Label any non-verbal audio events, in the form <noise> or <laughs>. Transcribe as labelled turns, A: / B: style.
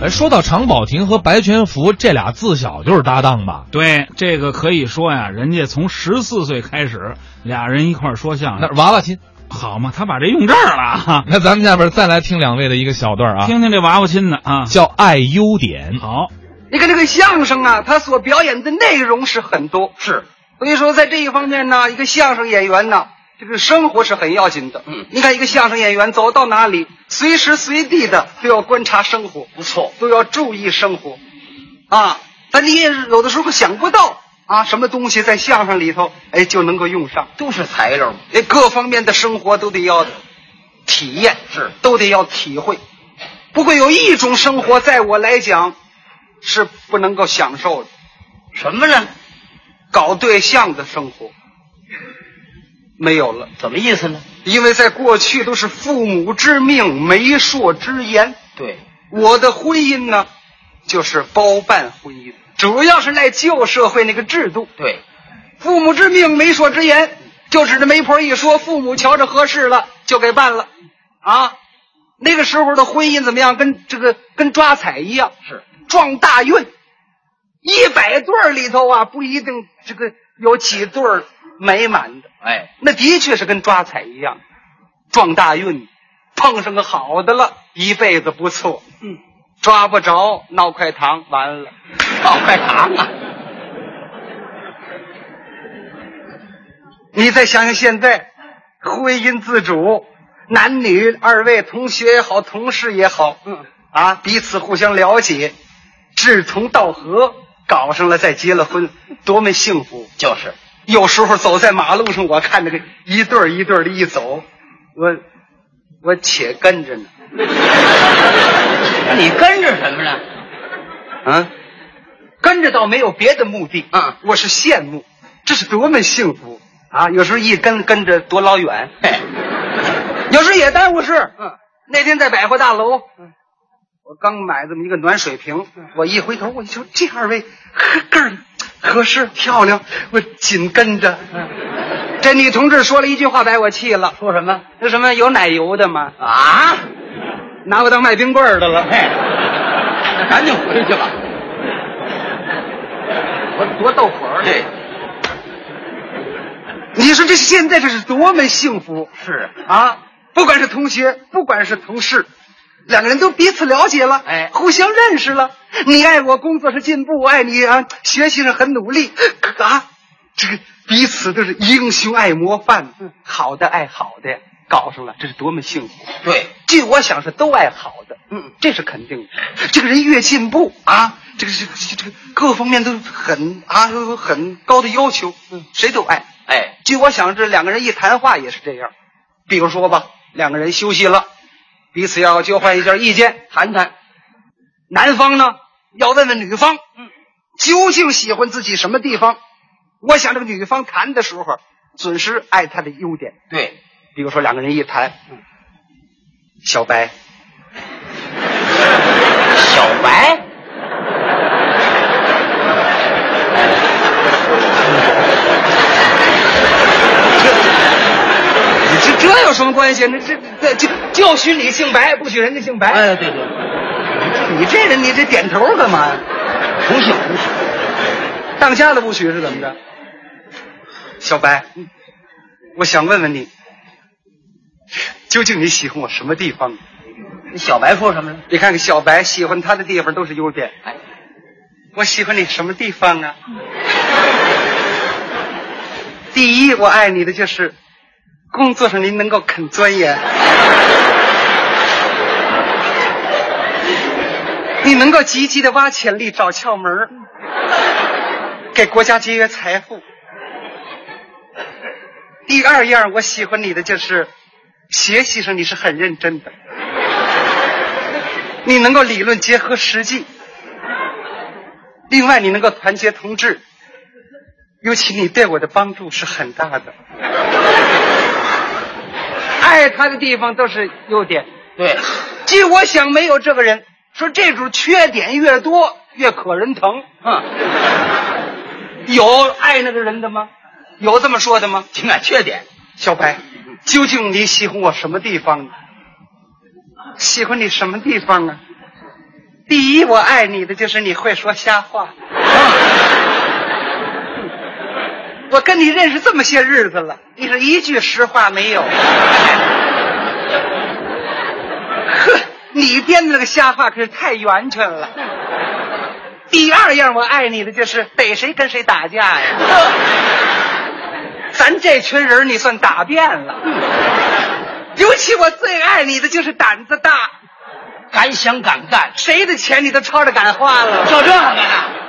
A: 哎，说到常宝霆和白全福这俩自小就是搭档吧？
B: 对，这个可以说呀，人家从十四岁开始，俩人一块儿说相
A: 那
B: 声，
A: 娃娃亲，
B: 好嘛，他把这用这儿了啊，
A: 那咱们下边再来听两位的一个小段啊，
B: 听听这娃娃亲的啊，
A: 叫《爱优点》。
B: 好，
C: 你看这个相声啊，它所表演的内容是很多，
D: 是
C: 所以说在这一方面呢，一个相声演员呢，这个生活是很要紧的。
D: 嗯，
C: 你看一个相声演员走到哪里，随时随地的都要观察生活，
D: 不错，
C: 都要注意生活，啊，但你也有的时候想不到啊，什么东西在相声里头，哎，就能够用上，
D: 都是材料嘛。
C: 哎，各方面的生活都得要体验，
D: 是
C: 都得要体会。不过有一种生活，在我来讲是不能够享受的，
D: 什么呢？
C: 搞对象的生活没有了，
D: 怎么意思呢？
C: 因为在过去都是父母之命、媒妁之言。
D: 对，
C: 我的婚姻呢，就是包办婚姻，主要是赖旧社会那个制度，
D: 对，
C: 父母之命，媒妁之言，就指着媒婆一说，父母瞧着合适了就给办了，啊，那个时候的婚姻怎么样？跟这个跟抓彩一样，
D: 是
C: 撞大运，一百对儿里头啊，不一定这个有几对儿美满的，
D: 哎，
C: 那的确是跟抓彩一样，撞大运，碰上个好的了，一辈子不错。
D: 嗯，
C: 抓不着闹块糖，完了。
D: 好快糖啊！
C: 你再想想现在，婚姻自主，男女二位同学也好，同事也好，
D: 嗯
C: 啊，彼此互相了解，志同道合，搞上了再结了婚，多么幸福！
D: 就是
C: 有时候走在马路上，我看这个一对儿一对儿的一走，我我且跟着呢，
D: <laughs>
C: <laughs>
D: 那你跟着什么呢？
C: 啊，跟着倒没有别的目的，
D: 嗯
C: 啊我是羡慕，这是多么幸福啊！有时候一跟跟着多老远，
D: 嘿，
C: <laughs> 有时候也耽误事，
D: 嗯，
C: 那天在百货大楼，我刚买这么一个暖水瓶，
D: 嗯
C: 我一回头，我一瞧这二位呵个儿合适漂亮，我紧跟着。这女同志说了一句话，把我气了。
D: 嗯说什么
C: 那什么有奶油的吗？
D: 啊？
C: 拿我当卖冰棍儿的了。
D: 嘿，那赶紧回去吧。我多逗火儿对，
C: 你说这现在这是多么幸福
D: 是
C: 啊！不管是同学，不管是同事，两个人都彼此了解了，
D: 哎
C: 互相认识了。你爱我，工作是进步；我爱你啊，学习上很努力啊。这个彼此都是英雄爱模范，嗯好的爱好的呀，搞上了，这是多么幸福！
D: 对，
C: 据我想是都爱好的，
D: 嗯，
C: 这是肯定的。这个人越进步啊，这个这个这个各方面都很啊有很高的要求，嗯，谁都爱。
D: 哎，
C: 据我想，这两个人一谈话也是这样。比如说吧，两个人休息了，彼此要交换一下意见，谈谈。男方呢要问问女方，嗯，究竟喜欢自己什么地方？我想这个女方谈的时候，准是爱他的优点。
D: 对，
C: 比如说两个人一谈，嗯，小白，
D: 小白，
C: 你这这有什么关系？那这这就就许你姓白，不许人家姓白。
D: 哎，对对，
C: 你这人，你这点头干嘛呀？
D: 不信不信，
C: 当家的不许是怎么着？嗯小白，我想问问你，究竟你喜欢我什么地方？
D: 那小白说什么了？
C: 你看看小白喜欢他的地方都是优点，
D: 哎，
C: 我喜欢你什么地方啊？第一，我爱你的就是工作上您能够肯钻研，你能够积极的挖潜力、找窍门儿给国家节约财富。第二样，我喜欢你的就是学习上你是很认真的，你能够理论结合实际。另外，你能够团结同志，尤其你对我的帮助是很大的。爱他的地方都是优点，
D: 对，
C: 据我想，没有这个人。说这种缺点越多越可人疼。
D: 嗯，
C: 有爱那个人的吗？有这么说的吗？
D: 情感缺点，
C: 小白，究竟你喜欢我什么地方呢？喜欢你什么地方啊？第一，我爱你的就是你会说瞎话。 <laughs> 我跟你认识这么些日子了，你是一句实话没有。 <laughs> 呵，你编的那个瞎话可是太圆圈了。第二样我爱你的就是逮谁跟谁打架呀。咱这群人你算打遍了，尤其我最爱你的就是胆子大。
D: 敢想敢干，
C: 谁的钱你都抄着敢花了。
D: 就这个呢。